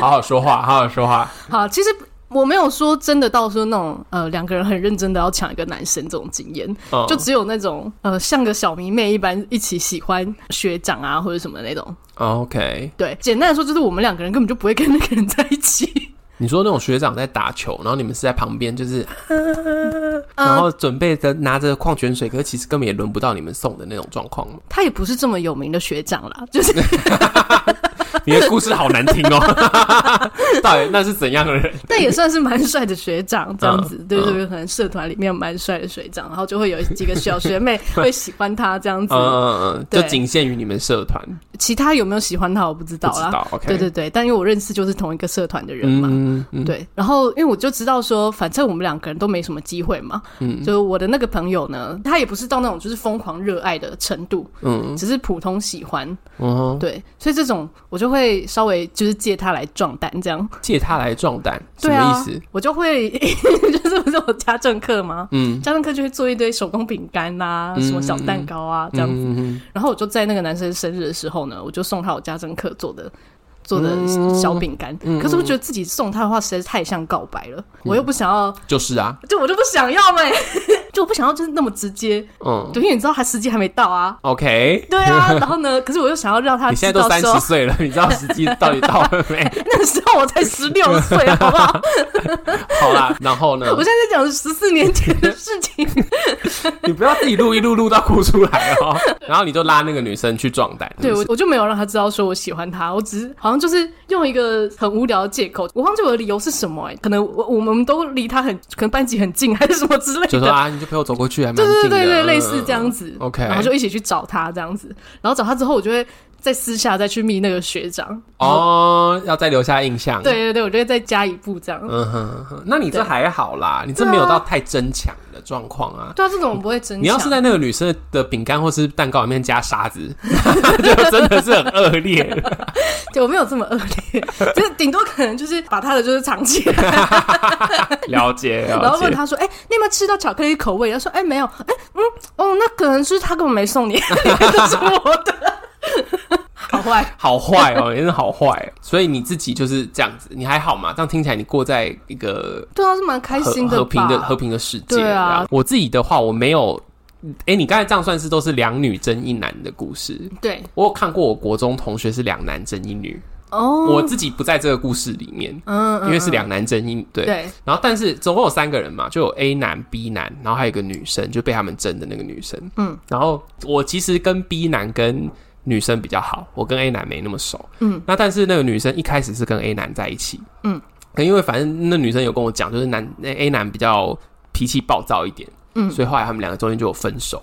[SPEAKER 1] 好好说 话，好好说话。
[SPEAKER 2] 好，其实我没有说真的到说那种呃两个人很认真的要抢一个男生这种经验，
[SPEAKER 1] 嗯
[SPEAKER 2] 就只有那种呃像个小迷妹一般一起喜欢学长啊或者什么的那种。
[SPEAKER 1] 哦 OK，
[SPEAKER 2] 对，简单的说就是我们两个人根本就不会跟那个人在一起。
[SPEAKER 1] 你说那种学长在打球，然后你们是在旁边，就是，然后准备着拿着矿泉水，可是其实根本也轮不到你们送的那种状 况吗
[SPEAKER 2] 他也不是这么有名的学长啦， 就是
[SPEAKER 1] 你的故事好难 听哦，到底那是怎样的人？
[SPEAKER 2] 但也算是蛮帅的学长，这样子，
[SPEAKER 1] 嗯
[SPEAKER 2] 对对
[SPEAKER 1] 嗯
[SPEAKER 2] 对，可能社团里面蛮帅的学长，然后就会有几个小 学妹会喜欢他这样子
[SPEAKER 1] 嗯，嗯嗯，就
[SPEAKER 2] 对
[SPEAKER 1] 仅限于你们社团，
[SPEAKER 2] 其他有没有喜欢他我不知
[SPEAKER 1] 不
[SPEAKER 2] 道
[SPEAKER 1] 知
[SPEAKER 2] 啦。
[SPEAKER 1] 道。OK，
[SPEAKER 2] 对对对，但因为我认识就是同一个社团的人嘛，
[SPEAKER 1] 嗯嗯
[SPEAKER 2] 对，然后因为我就知道说，反正我们两个人都没什么机会嘛，
[SPEAKER 1] 嗯
[SPEAKER 2] 就是我的那个朋友呢，他也不是到那种就是疯狂热爱的程度，
[SPEAKER 1] 嗯
[SPEAKER 2] 只是普通喜欢，
[SPEAKER 1] 嗯哼，
[SPEAKER 2] 对，所以这种我就会稍微就是借他来壮胆这样，
[SPEAKER 1] 借他来壮胆，什
[SPEAKER 2] 对啊
[SPEAKER 1] 么意思？
[SPEAKER 2] 我就会 就是不是我家政课吗？
[SPEAKER 1] 嗯，
[SPEAKER 2] 家政课就会做一堆手工饼干啦、
[SPEAKER 1] 嗯
[SPEAKER 2] 什么小蛋糕啊这样子。
[SPEAKER 1] 嗯
[SPEAKER 2] 然后我就在那个男生生日的时候呢，我就送他我家政课做的做的
[SPEAKER 1] 嗯
[SPEAKER 2] 小饼干。
[SPEAKER 1] 嗯
[SPEAKER 2] 可是我觉得自己送他的话实在是太像告白了，我又不想要，
[SPEAKER 1] 就是啊，
[SPEAKER 2] 就我就不想要嘛。就我不想要就是那么直接，
[SPEAKER 1] 嗯
[SPEAKER 2] 对，因为你知道他时机还没到啊。
[SPEAKER 1] ，OK。
[SPEAKER 2] 对 啊，然后呢？可是我又想要让他
[SPEAKER 1] 你现在
[SPEAKER 2] 知
[SPEAKER 1] 都
[SPEAKER 2] 道
[SPEAKER 1] 三
[SPEAKER 2] 说
[SPEAKER 1] 十，岁了，你知道时机到底到了没？
[SPEAKER 2] 那时候我才十六岁， 好不好？
[SPEAKER 1] 好啦，然后 呢？
[SPEAKER 2] 我现在在讲十四年前的事 情。
[SPEAKER 1] 你不要自己录一录录到哭出来哦。然后你就拉那个女生去壮胆，
[SPEAKER 2] 对
[SPEAKER 1] 是不
[SPEAKER 2] 我
[SPEAKER 1] 是，
[SPEAKER 2] 我就没有让他知道说我喜欢他，我只是好像就是用一个很无聊的借口，我忘记我的理由是什么哎、可能我我们都离他很可能班级很近还是什么之类
[SPEAKER 1] 就
[SPEAKER 2] 的
[SPEAKER 1] 说。啊，你就陪我走过去，还蛮
[SPEAKER 2] 对
[SPEAKER 1] 近的，
[SPEAKER 2] 对对对，
[SPEAKER 1] 嗯
[SPEAKER 2] 类似这样。子
[SPEAKER 1] 嗯。OK
[SPEAKER 2] 然后就一起去找他这样子，然后找他之后，我就会在私下再去密那个学长。
[SPEAKER 1] 哦，要再留下印象。
[SPEAKER 2] 对，对对，我就会再加一步这样。
[SPEAKER 1] 嗯哼哼哼，那你这还好
[SPEAKER 2] 啊
[SPEAKER 1] 啦，你这没有到太争抢的状况啊。
[SPEAKER 2] 对啊，这种我不会争抢。
[SPEAKER 1] 你要是在那个女生的饼干或是蛋糕里面加沙子， 就真的是很恶 劣。
[SPEAKER 2] 对我没有这么恶劣， 就是顶多可能就是把他的就是藏起来，
[SPEAKER 1] 了解，
[SPEAKER 2] 然
[SPEAKER 1] 了
[SPEAKER 2] 后问
[SPEAKER 1] 解。
[SPEAKER 2] 他说：“哎、你有没有吃到巧克力口味？”他说：“哎、没有。哎、嗯，哦，那可能是他根本没送你， 都是我的。” 好坏，
[SPEAKER 1] 好坏哦，真的好坏哦。所以你自己就是这样子，你还好嘛？这样听起来你过在一个
[SPEAKER 2] 对啊，是蛮开
[SPEAKER 1] 和
[SPEAKER 2] 心的吧
[SPEAKER 1] 和平的和平的世界。
[SPEAKER 2] 对啊
[SPEAKER 1] 这样，我自己的话，我没有。哎、你刚才这样算是都是两女争一男的故事。
[SPEAKER 2] 对
[SPEAKER 1] 我有看过，我国中同学是两男争一女，
[SPEAKER 2] 哦，
[SPEAKER 1] 我自己不在这个故事里面，
[SPEAKER 2] 嗯
[SPEAKER 1] 因为是两男争一对。
[SPEAKER 2] 对
[SPEAKER 1] 然后，但是总共有三个人嘛，就有 A 男、B 男，然后还有一个女生，就被他们争的那个女生。
[SPEAKER 2] 嗯，
[SPEAKER 1] 然后我其实跟 B 男跟女生比较好，我跟 A 男没那么熟。
[SPEAKER 2] 嗯，
[SPEAKER 1] 那但是那个女生一开始是跟 A 男在一起。
[SPEAKER 2] 嗯，
[SPEAKER 1] 可因为反正那女生有跟我讲，就是男那 A 男比较脾气暴躁一点，
[SPEAKER 2] 嗯
[SPEAKER 1] 所以后来他们两个中间就有分手。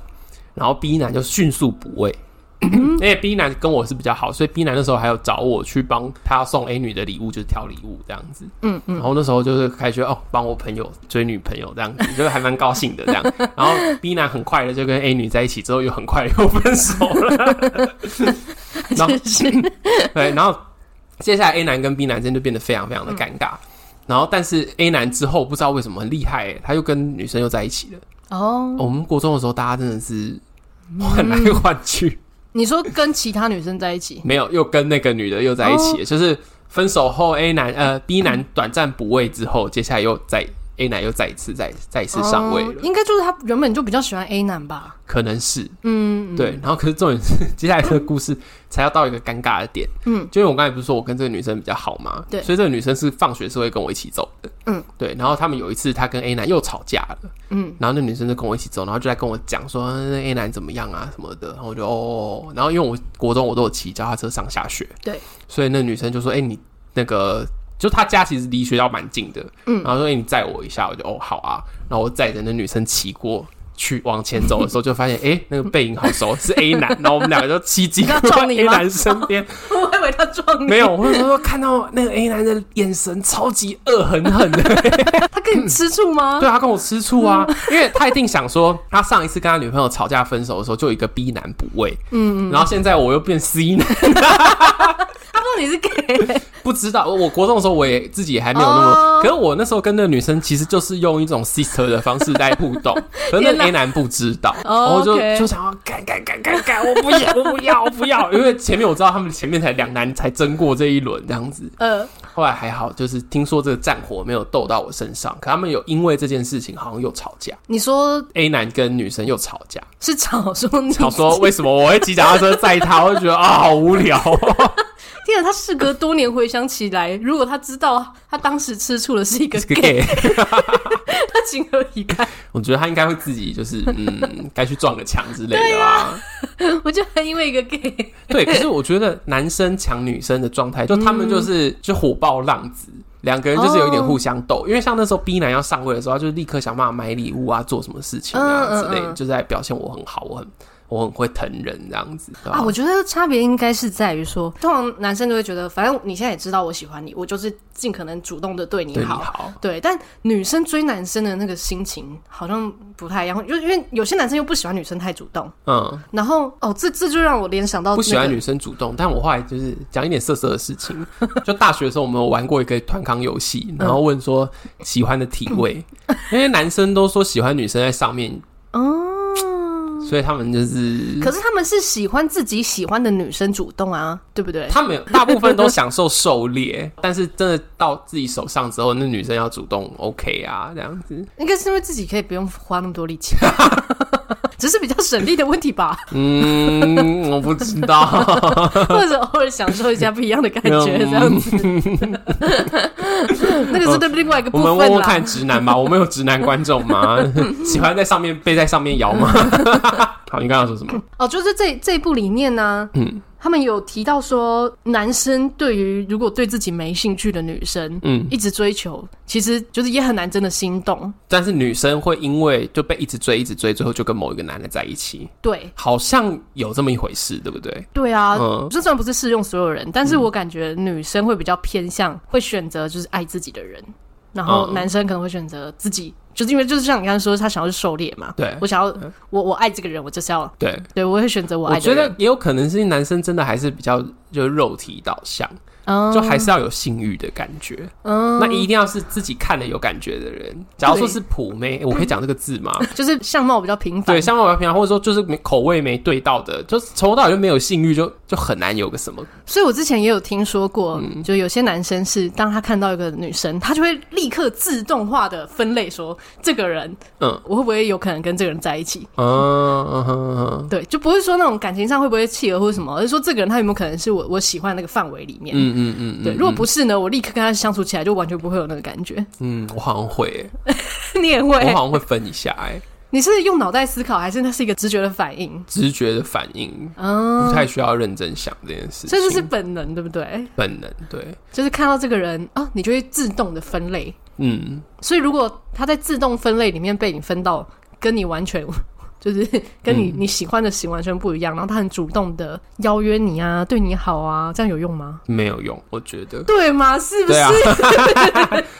[SPEAKER 1] 然后 B 男就迅速补位。
[SPEAKER 2] 嗯
[SPEAKER 1] 因为 B 男跟我是比较好，所以 B 男那时候还有找我去帮他要送 A 女的礼物，就是挑礼物这样子。
[SPEAKER 2] 嗯
[SPEAKER 1] 然后那时候就是开学哦，帮我朋友追女朋友这样子， 就是还蛮高兴的这样。然后 B 男很快的就跟 A 女在一起之后，又很快又分手了。 然后
[SPEAKER 2] 真是嗯
[SPEAKER 1] 对，然后接下来 A 男跟 B 男之间就变得非常非常的尴尬。然后，但是 A 男之后不知道为什么很厉害欸耶，他又跟女生又在一起了。
[SPEAKER 2] 哦。
[SPEAKER 1] 我们国中的时候，大家真的是
[SPEAKER 2] 嗯
[SPEAKER 1] 换来换去，
[SPEAKER 2] 你说跟其他女生在一起，
[SPEAKER 1] 没有又跟那个女的又在一
[SPEAKER 2] 哦
[SPEAKER 1] 起，就是分手后 A 男呃 B 男短暂补位之后，接下来又再 A 男又再一次再再一次上位
[SPEAKER 2] 哦
[SPEAKER 1] 了，
[SPEAKER 2] 应该就是他原本就比较喜欢 A 男吧？
[SPEAKER 1] 可能是
[SPEAKER 2] 嗯，嗯
[SPEAKER 1] 对，然后可是重点是，接下来这个故事才要到一个尴尬的点。
[SPEAKER 2] 嗯，
[SPEAKER 1] 就因为我刚才不是说我跟这个女生比较好嘛，
[SPEAKER 2] 对
[SPEAKER 1] 所以这个女生是放学是会跟我一起走的。
[SPEAKER 2] 嗯，
[SPEAKER 1] 对，然后他们有一次她跟 A 男又吵架了，
[SPEAKER 2] 嗯，
[SPEAKER 1] 然后那女生就跟我一起走，然后就在跟我讲说嗯那 A 男怎么样啊什么的，然后我就哦哦，哦然后因为我国中我都有骑脚踏车上下学，
[SPEAKER 2] 对，
[SPEAKER 1] 所以那女生就说：“哎、你那个。”就她家其实离学校蛮近的，嗯，然后说：“哎、你载我一下。”我就哦好啊，然后我载着那女生骑过去往前走的时候，就发现哎、诶那个背影好熟，是 A 男，然后我们两个就骑经
[SPEAKER 2] 他
[SPEAKER 1] 过
[SPEAKER 2] 撞你
[SPEAKER 1] A
[SPEAKER 2] 吗
[SPEAKER 1] 男身边，
[SPEAKER 2] 我以为他撞你，
[SPEAKER 1] 没有，我那时候看到那个 A 男的眼神超级恶狠狠的，
[SPEAKER 2] 他跟你吃醋吗？
[SPEAKER 1] 对他跟我吃醋啊，
[SPEAKER 2] 嗯
[SPEAKER 1] 因为他一定想说，他上一次跟他女朋友吵架分手的时候，就有一个 B 男补位，嗯，然后现在我又变 C 男，
[SPEAKER 2] 他不知道你是 gay，
[SPEAKER 1] 不知道，我我国中的时候我也自己也还没有那么，
[SPEAKER 2] 哦
[SPEAKER 1] 可是我那时候跟那个女生其实就是用一种 sister 的方式在互 动，可是那
[SPEAKER 2] 天
[SPEAKER 1] 个
[SPEAKER 2] 哪
[SPEAKER 1] A 男不知道，然
[SPEAKER 2] 哦
[SPEAKER 1] 后就
[SPEAKER 2] OK
[SPEAKER 1] 就想要干干干干干，我不要我不要我不要，因为前面我知道他们前面才两男才争过这一轮这样子，
[SPEAKER 2] 呃，
[SPEAKER 1] 后来还好，就是听说这个战火没有斗到我身上，可他们有因为这件事情好像又吵架
[SPEAKER 2] 你说
[SPEAKER 1] ，A 男跟女生又吵架，
[SPEAKER 2] 是吵说你
[SPEAKER 1] 想说为什么我会骑脚踏车载他，我就觉得啊好无 聊、哦，
[SPEAKER 2] 天啊，他事隔多年回想起来，如果他知道他当时吃醋的是一个
[SPEAKER 1] 这个
[SPEAKER 2] gay，
[SPEAKER 1] gay。
[SPEAKER 2] 他情何以堪？
[SPEAKER 1] 我觉得他应该会自己就是嗯，该去撞个墙之类的 吧。
[SPEAKER 2] 我就很因为一个 gay，
[SPEAKER 1] 对，可是我觉得男生抢女生的状态，就他们
[SPEAKER 2] 嗯
[SPEAKER 1] 就是、就火爆浪子，两个人就是有一点互相
[SPEAKER 2] 哦
[SPEAKER 1] 斗。因为像那时候 B 男要上位的时候，他就立刻想办法买礼物啊，做什么事情啊
[SPEAKER 2] 嗯嗯
[SPEAKER 1] 之类的，
[SPEAKER 2] 嗯
[SPEAKER 1] 就在表现我很好，我很我很会疼人这样子。对吧
[SPEAKER 2] 啊，我觉得差别应该是在于说，通常男生就会觉得，反正你现在也知道我喜欢你，我就是尽可能主动的对你
[SPEAKER 1] 对你
[SPEAKER 2] 好。
[SPEAKER 1] 好，
[SPEAKER 2] 对，但女生追男生的那个心情好像不太一样，就因为有些男生又不喜欢女生太主动，
[SPEAKER 1] 嗯，
[SPEAKER 2] 然后哦，这这就让我联想到、那
[SPEAKER 1] 不喜欢
[SPEAKER 2] 个
[SPEAKER 1] 女生主动，但我后来就是讲一点色色的事 情。就大学的时候，我们有玩过一个团康游
[SPEAKER 2] 嗯
[SPEAKER 1] 戏，然后问说 喜欢的体位，因为男生都说喜欢女生在上面
[SPEAKER 2] 哦，
[SPEAKER 1] 所以他们就是，
[SPEAKER 2] 可是他们是喜欢自己喜欢的女生主动啊，对不对？
[SPEAKER 1] 他们大部分都享受狩猎，但是真的到自己手上之后，那女生要主动 OK 啊，这样子。
[SPEAKER 2] 应该是因为自己可以不用花那么多力气， 只是比较省力的问 题吧，
[SPEAKER 1] 嗯，我不知 道，
[SPEAKER 2] 或者偶尔享受一下不一样的感觉，
[SPEAKER 1] 嗯
[SPEAKER 2] 这 样子。那个是对另外一个
[SPEAKER 1] 哦我
[SPEAKER 2] 部
[SPEAKER 1] 们问
[SPEAKER 2] 分
[SPEAKER 1] 问
[SPEAKER 2] 啦
[SPEAKER 1] 看。直男吧，我们有直男观众 吗？喜欢在上面背在上面摇吗？ 好，你刚刚说什么？
[SPEAKER 2] 哦，就是这这一部里面呢、
[SPEAKER 1] 嗯
[SPEAKER 2] 他们有提到说，男生对于如果对自己没兴趣的女生。
[SPEAKER 1] 嗯，
[SPEAKER 2] 一直追求，其实就是也很难真的心动。
[SPEAKER 1] 但是女生会因为就被一直追一直追，最后就跟某一个男的在一起，
[SPEAKER 2] 对，
[SPEAKER 1] 好像有这么一回事，对不对？
[SPEAKER 2] 对啊，
[SPEAKER 1] 嗯
[SPEAKER 2] 这虽然不是适用所有人，但是我感觉女生会比较偏向会选择就是爱自己的人，然后
[SPEAKER 1] 嗯
[SPEAKER 2] 男生可能会选择自己，就是因为就是像你刚才说，他想要去狩猎嘛。
[SPEAKER 1] 对
[SPEAKER 2] 我想要
[SPEAKER 1] 嗯
[SPEAKER 2] 我我爱这个人，我就是要
[SPEAKER 1] 对，
[SPEAKER 2] 对我会选择
[SPEAKER 1] 我
[SPEAKER 2] 我爱
[SPEAKER 1] 觉
[SPEAKER 2] 的人。
[SPEAKER 1] 得也有可能是男生真的还是比较就肉体导向，
[SPEAKER 2] 嗯
[SPEAKER 1] 就还是要有性欲的感觉。
[SPEAKER 2] 嗯，
[SPEAKER 1] 那一定要是自己看了有感觉的人。假如说是普妹，我可以讲这个字 吗？
[SPEAKER 2] 就是相貌比较平凡。
[SPEAKER 1] 对，相貌比较平常，或者说就是没口味没对到的，就是从头到尾就没有性欲，就就很难有个什么。
[SPEAKER 2] 所以我之前也有听说过，
[SPEAKER 1] 嗯
[SPEAKER 2] 就有些男生是当他看到一个女生，他就会立刻自动化的分类说，这个人
[SPEAKER 1] 嗯
[SPEAKER 2] 我会不会有可能跟这个人在一起？
[SPEAKER 1] 嗯嗯哼哼
[SPEAKER 2] 对，就不是说那种感情上会不会契合或者什么，而是说这个人他有没有可能是我我喜欢的那个范围里面。
[SPEAKER 1] 嗯嗯嗯，
[SPEAKER 2] 对，
[SPEAKER 1] 嗯
[SPEAKER 2] 如果不是呢，我立刻跟他相处起来就完全不会有那个感觉。
[SPEAKER 1] 嗯，我好像会欸，
[SPEAKER 2] 你也
[SPEAKER 1] 我
[SPEAKER 2] 会，
[SPEAKER 1] 好像会分一下，哎，
[SPEAKER 2] 你是用脑袋思考，还是那是一个直觉的反应？
[SPEAKER 1] 直觉的反应，
[SPEAKER 2] 嗯
[SPEAKER 1] 不，太需要认真想这件事情，
[SPEAKER 2] 所以就是本能，对不对？
[SPEAKER 1] 本能，对，
[SPEAKER 2] 就是看到这个人啊，你就会自动的分类。
[SPEAKER 1] 嗯，
[SPEAKER 2] 所以如果他在自动分类里面被你分到跟你完全 就是跟
[SPEAKER 1] 嗯
[SPEAKER 2] 你、你喜欢的型完全不一样，然后他很主动的邀约你啊，对你好啊，这样有用吗？
[SPEAKER 1] 没有用，我觉得。
[SPEAKER 2] 对吗？是不
[SPEAKER 1] 对
[SPEAKER 2] 是？
[SPEAKER 1] 啊，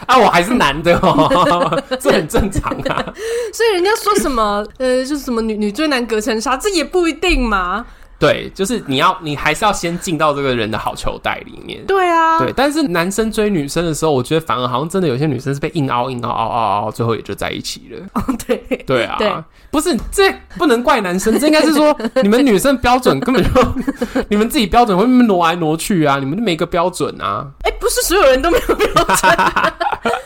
[SPEAKER 1] 啊，我还是男的 哦，这很正常啊。
[SPEAKER 2] 所以人家说什么 呃，就是什么女女追男隔层纱，这也不一定嘛。
[SPEAKER 1] 对，就是你要，你还是要先进到这个人的好球袋里面。
[SPEAKER 2] 对啊，
[SPEAKER 1] 对，但是男生追女生的时候，我觉得反而好像真的有些女生是被硬凹、硬凹、凹凹凹，最后也就在一起了。
[SPEAKER 2] 哦对，
[SPEAKER 1] 对啊，
[SPEAKER 2] 对
[SPEAKER 1] 不是这不能怪男生，这应该是说 你们女生标准根本就 你们自己标准会挪来挪去啊，你们就没一个标准啊。
[SPEAKER 2] 哎、不是所有人都没有标准。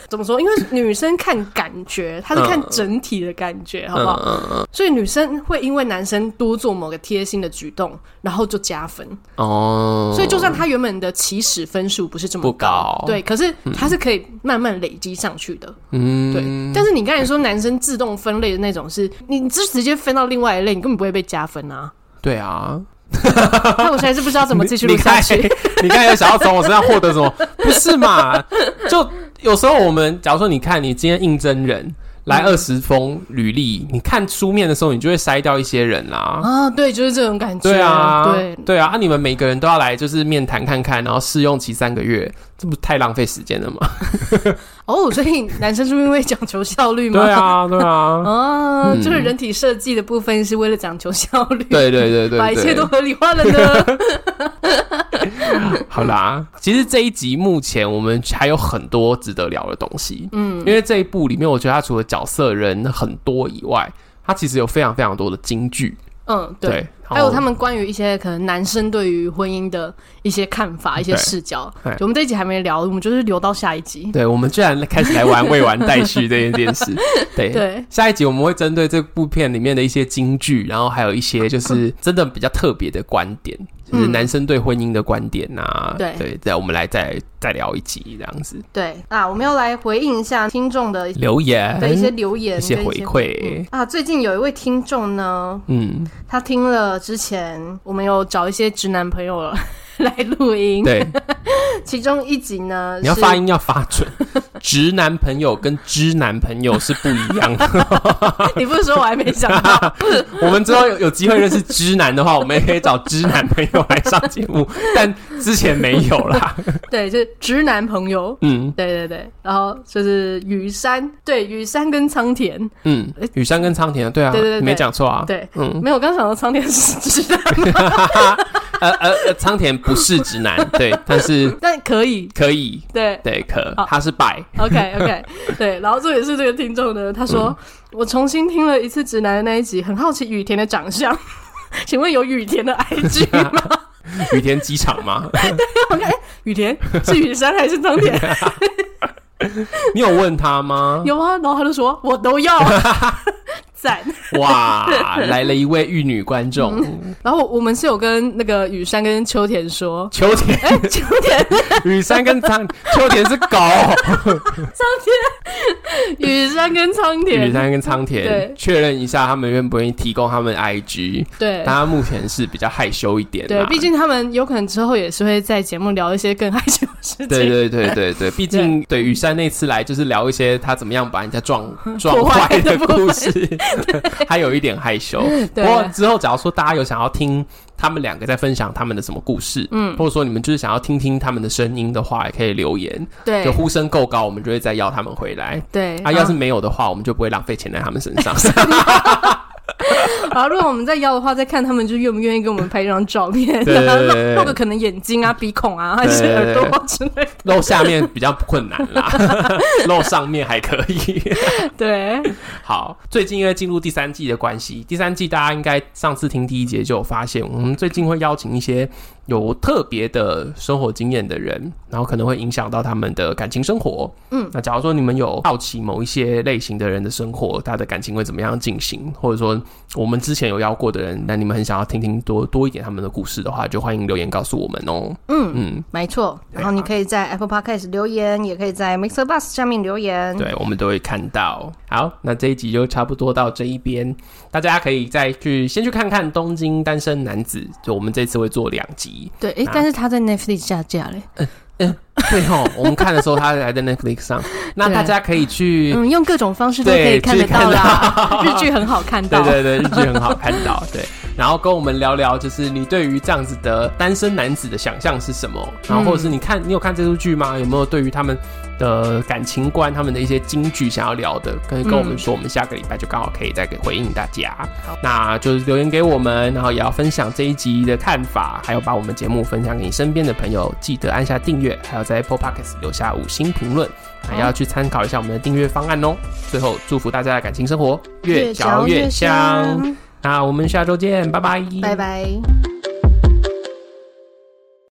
[SPEAKER 2] 怎么说？因为女生看感觉，她是看整体的感觉，好不好？
[SPEAKER 1] 嗯嗯
[SPEAKER 2] 所以女生会因为男生多做某个贴心的举动，然后就加分。
[SPEAKER 1] 哦，
[SPEAKER 2] 所以就算他原本的起始分数不是这么
[SPEAKER 1] 不高
[SPEAKER 2] 对，可是他是可以慢慢累积上去的。
[SPEAKER 1] 嗯
[SPEAKER 2] 对，但是你刚才说男生自动分类的那种是，你你就直接分到另外一类，你根本不会被加分啊。
[SPEAKER 1] 对啊，
[SPEAKER 2] 那我现在是不知道怎么继续录
[SPEAKER 1] 你
[SPEAKER 2] 下去。
[SPEAKER 1] 你刚才有想要从我身上获得什么？ 不是嘛？就有时候我们，假如说你看你今天应征人来
[SPEAKER 2] 嗯
[SPEAKER 1] 二十封履历，你看书面的时候，你就会筛掉一些人啦、
[SPEAKER 2] 啊，对，就是这种感觉。
[SPEAKER 1] 对啊，
[SPEAKER 2] 对
[SPEAKER 1] 啊，啊！你们每个人都要来，就是面谈看看，然后试用期三个月，这不太浪费时间了吗？
[SPEAKER 2] 哦，所以男生是因为讲求效率吗？
[SPEAKER 1] 对。啊，对啊，
[SPEAKER 2] 哦，就是人体设计的部分是为了讲求效率，
[SPEAKER 1] 对对对对，
[SPEAKER 2] 把一切
[SPEAKER 1] 对
[SPEAKER 2] 都合理化 了呢。
[SPEAKER 1] 好啦，其实这一集目前我们还有很多值得聊的东西，嗯，因为这一部里面，我觉得它除了角色人很多以外，它其实有非常非常多的金句，
[SPEAKER 2] 嗯，
[SPEAKER 1] 对，
[SPEAKER 2] 对。
[SPEAKER 1] 然后
[SPEAKER 2] 还有他们关于一些可能男生对于婚姻的一些看法、一些
[SPEAKER 1] 对
[SPEAKER 2] 视角
[SPEAKER 1] 对，
[SPEAKER 2] 我们这一集还没聊，我们就是留到下一集。
[SPEAKER 1] 对我们居然开始来玩未完待续这件事，对。
[SPEAKER 2] 对，
[SPEAKER 1] 下一集我们会针对这部片里面的一些金句，然后还有一些 就是真的比较特别的观点，就是
[SPEAKER 2] 嗯
[SPEAKER 1] 男生对婚姻的观点啊，
[SPEAKER 2] 对
[SPEAKER 1] 对，对，我们来再再聊一集这样子，
[SPEAKER 2] 对啊，我们要来回应一下听众的
[SPEAKER 1] 留言
[SPEAKER 2] 的一些留
[SPEAKER 1] 嗯
[SPEAKER 2] 言、
[SPEAKER 1] 一些
[SPEAKER 2] 跟
[SPEAKER 1] 回馈
[SPEAKER 2] 嗯，啊。最近有一位听众呢，
[SPEAKER 1] 嗯，
[SPEAKER 2] 他听了之前我们有找一些直男朋友 来录音，
[SPEAKER 1] 嗯对。
[SPEAKER 2] 其中一集呢，
[SPEAKER 1] 你要
[SPEAKER 2] 是
[SPEAKER 1] 发音要发准， 直男朋友跟知男朋友是不一样的。
[SPEAKER 2] 你不是说我还没想到？
[SPEAKER 1] 我们之后有有机会认识知男的话，我们也可以找知男朋友来上节目， 但之前没有啦。
[SPEAKER 2] 对，就是直男朋友。
[SPEAKER 1] 嗯
[SPEAKER 2] 对对对，然后就是雨山，对雨山跟苍田，
[SPEAKER 1] 嗯，雨山跟苍田，对啊，
[SPEAKER 2] 对对对对
[SPEAKER 1] 你没讲错啊。
[SPEAKER 2] 对，
[SPEAKER 1] 嗯，
[SPEAKER 2] 没有，我刚想到苍田是直男，
[SPEAKER 1] 呃呃呃，苍田不是直男，对，但是
[SPEAKER 2] 但可以，
[SPEAKER 1] 可以，
[SPEAKER 2] 对
[SPEAKER 1] 对，可
[SPEAKER 2] 好
[SPEAKER 1] 他是拜，
[SPEAKER 2] ，OK OK，对。然后这也是这个听众呢，他说、
[SPEAKER 1] 嗯
[SPEAKER 2] 我重新听了一次直男的那一集，很好奇雨田的长相。 请问有雨田的 IG 吗？
[SPEAKER 1] 羽田机场吗？
[SPEAKER 2] 雨田是雨山还是张田？
[SPEAKER 1] 你有问他吗？
[SPEAKER 2] 有啊，然后他就说我都要，啊 赞。
[SPEAKER 1] 哇，来了一位玉女观众，
[SPEAKER 2] 然后我们是有跟那个雨山跟秋田说，
[SPEAKER 1] 秋田、
[SPEAKER 2] 哎、秋田
[SPEAKER 1] 雨山跟苍秋田是狗，
[SPEAKER 2] 雨山跟苍
[SPEAKER 1] 雨
[SPEAKER 2] 田，
[SPEAKER 1] 山跟苍
[SPEAKER 2] 对
[SPEAKER 1] 田确认一下他们愿不愿意提供他们 IG，
[SPEAKER 2] 对
[SPEAKER 1] 但他啊目前是比较害羞一点啦，
[SPEAKER 2] 对，毕竟他们有可能之后也是会在节目聊一些更害羞的事情，
[SPEAKER 1] 对对对对 对，毕竟对雨山那次来就是聊一些他怎么样把人家撞撞
[SPEAKER 2] 破坏
[SPEAKER 1] 坏的
[SPEAKER 2] 的部
[SPEAKER 1] 故事， 他有一点害羞。不
[SPEAKER 2] 对
[SPEAKER 1] 过之后，假如说大家有想要听他们两个在分享他们的什么故事，嗯，或者说你们就是想要听听他们的声音的话，也可以留言，
[SPEAKER 2] 对嗯
[SPEAKER 1] 就呼声够高，我们就会再邀他们回来。
[SPEAKER 2] 对
[SPEAKER 1] 啊，要是没有的话，我们就不会浪费钱在他们身 上。
[SPEAKER 2] 啊，如果我们再邀的话，再看他们就愿不愿意给我们拍一张照片，
[SPEAKER 1] 对对对对对
[SPEAKER 2] 露个可能眼睛啊、鼻孔啊，还是耳朵之类的。
[SPEAKER 1] 露下面比较困难啦， 露上面还可以。
[SPEAKER 2] 对，
[SPEAKER 1] 好，最近因为进入第三季的关系，第三季大家应该上次听第一节就有发现，我们最近会邀请一些有特别的生活经验的人，然后可能会影响到他们的感情生活。嗯，那假如说你们有好奇某一些类型的人的生活，他的感情会怎么样进行，或者说我们之前有邀过的人，那你们很想要听听多多一点他们的故事的话，就欢迎留言告诉我们哦。嗯嗯，
[SPEAKER 2] 没错。然后你可以在 Apple Podcast 留言，也可以在 Mixer Bus 下面留言。
[SPEAKER 1] 对，我们都会看到。好，那这一集就差不多到这一边，大家可以再去先去看看《东京单身男子》，就我们这次会做两集。
[SPEAKER 2] 对，哎，但是他在 Netflix 下架嘞。
[SPEAKER 1] 对哦，我们看的时候它还在 Netflix 上，那
[SPEAKER 2] 对
[SPEAKER 1] 大家可以去。
[SPEAKER 2] 嗯，用各种方式都可
[SPEAKER 1] 对
[SPEAKER 2] 以看得
[SPEAKER 1] 去看
[SPEAKER 2] 到啦。日剧很好看
[SPEAKER 1] 对
[SPEAKER 2] 到。
[SPEAKER 1] 对对，日剧很好看到，对， 然后跟我们聊聊，就是你对于这样子的单身男子的想象是什么？然后或者
[SPEAKER 2] 嗯
[SPEAKER 1] 是你看，你有看这部剧吗？有没有对于他们的感情观、他们的一些金句想要聊的，可以跟我
[SPEAKER 2] 嗯
[SPEAKER 1] 们说，我们下个礼拜就刚好可以再给回应大家。那就是留言给我们，然后也要分享这一集的看法，还有把我们节目分享给你身边的朋友，记得按下订阅，还有在 Apple Podcast 留下五星评论，还要去参考一下我们的订阅方案哦。最后，祝福大家的感情生活越嚼越香。那我们下周见，拜拜，
[SPEAKER 2] 拜。拜。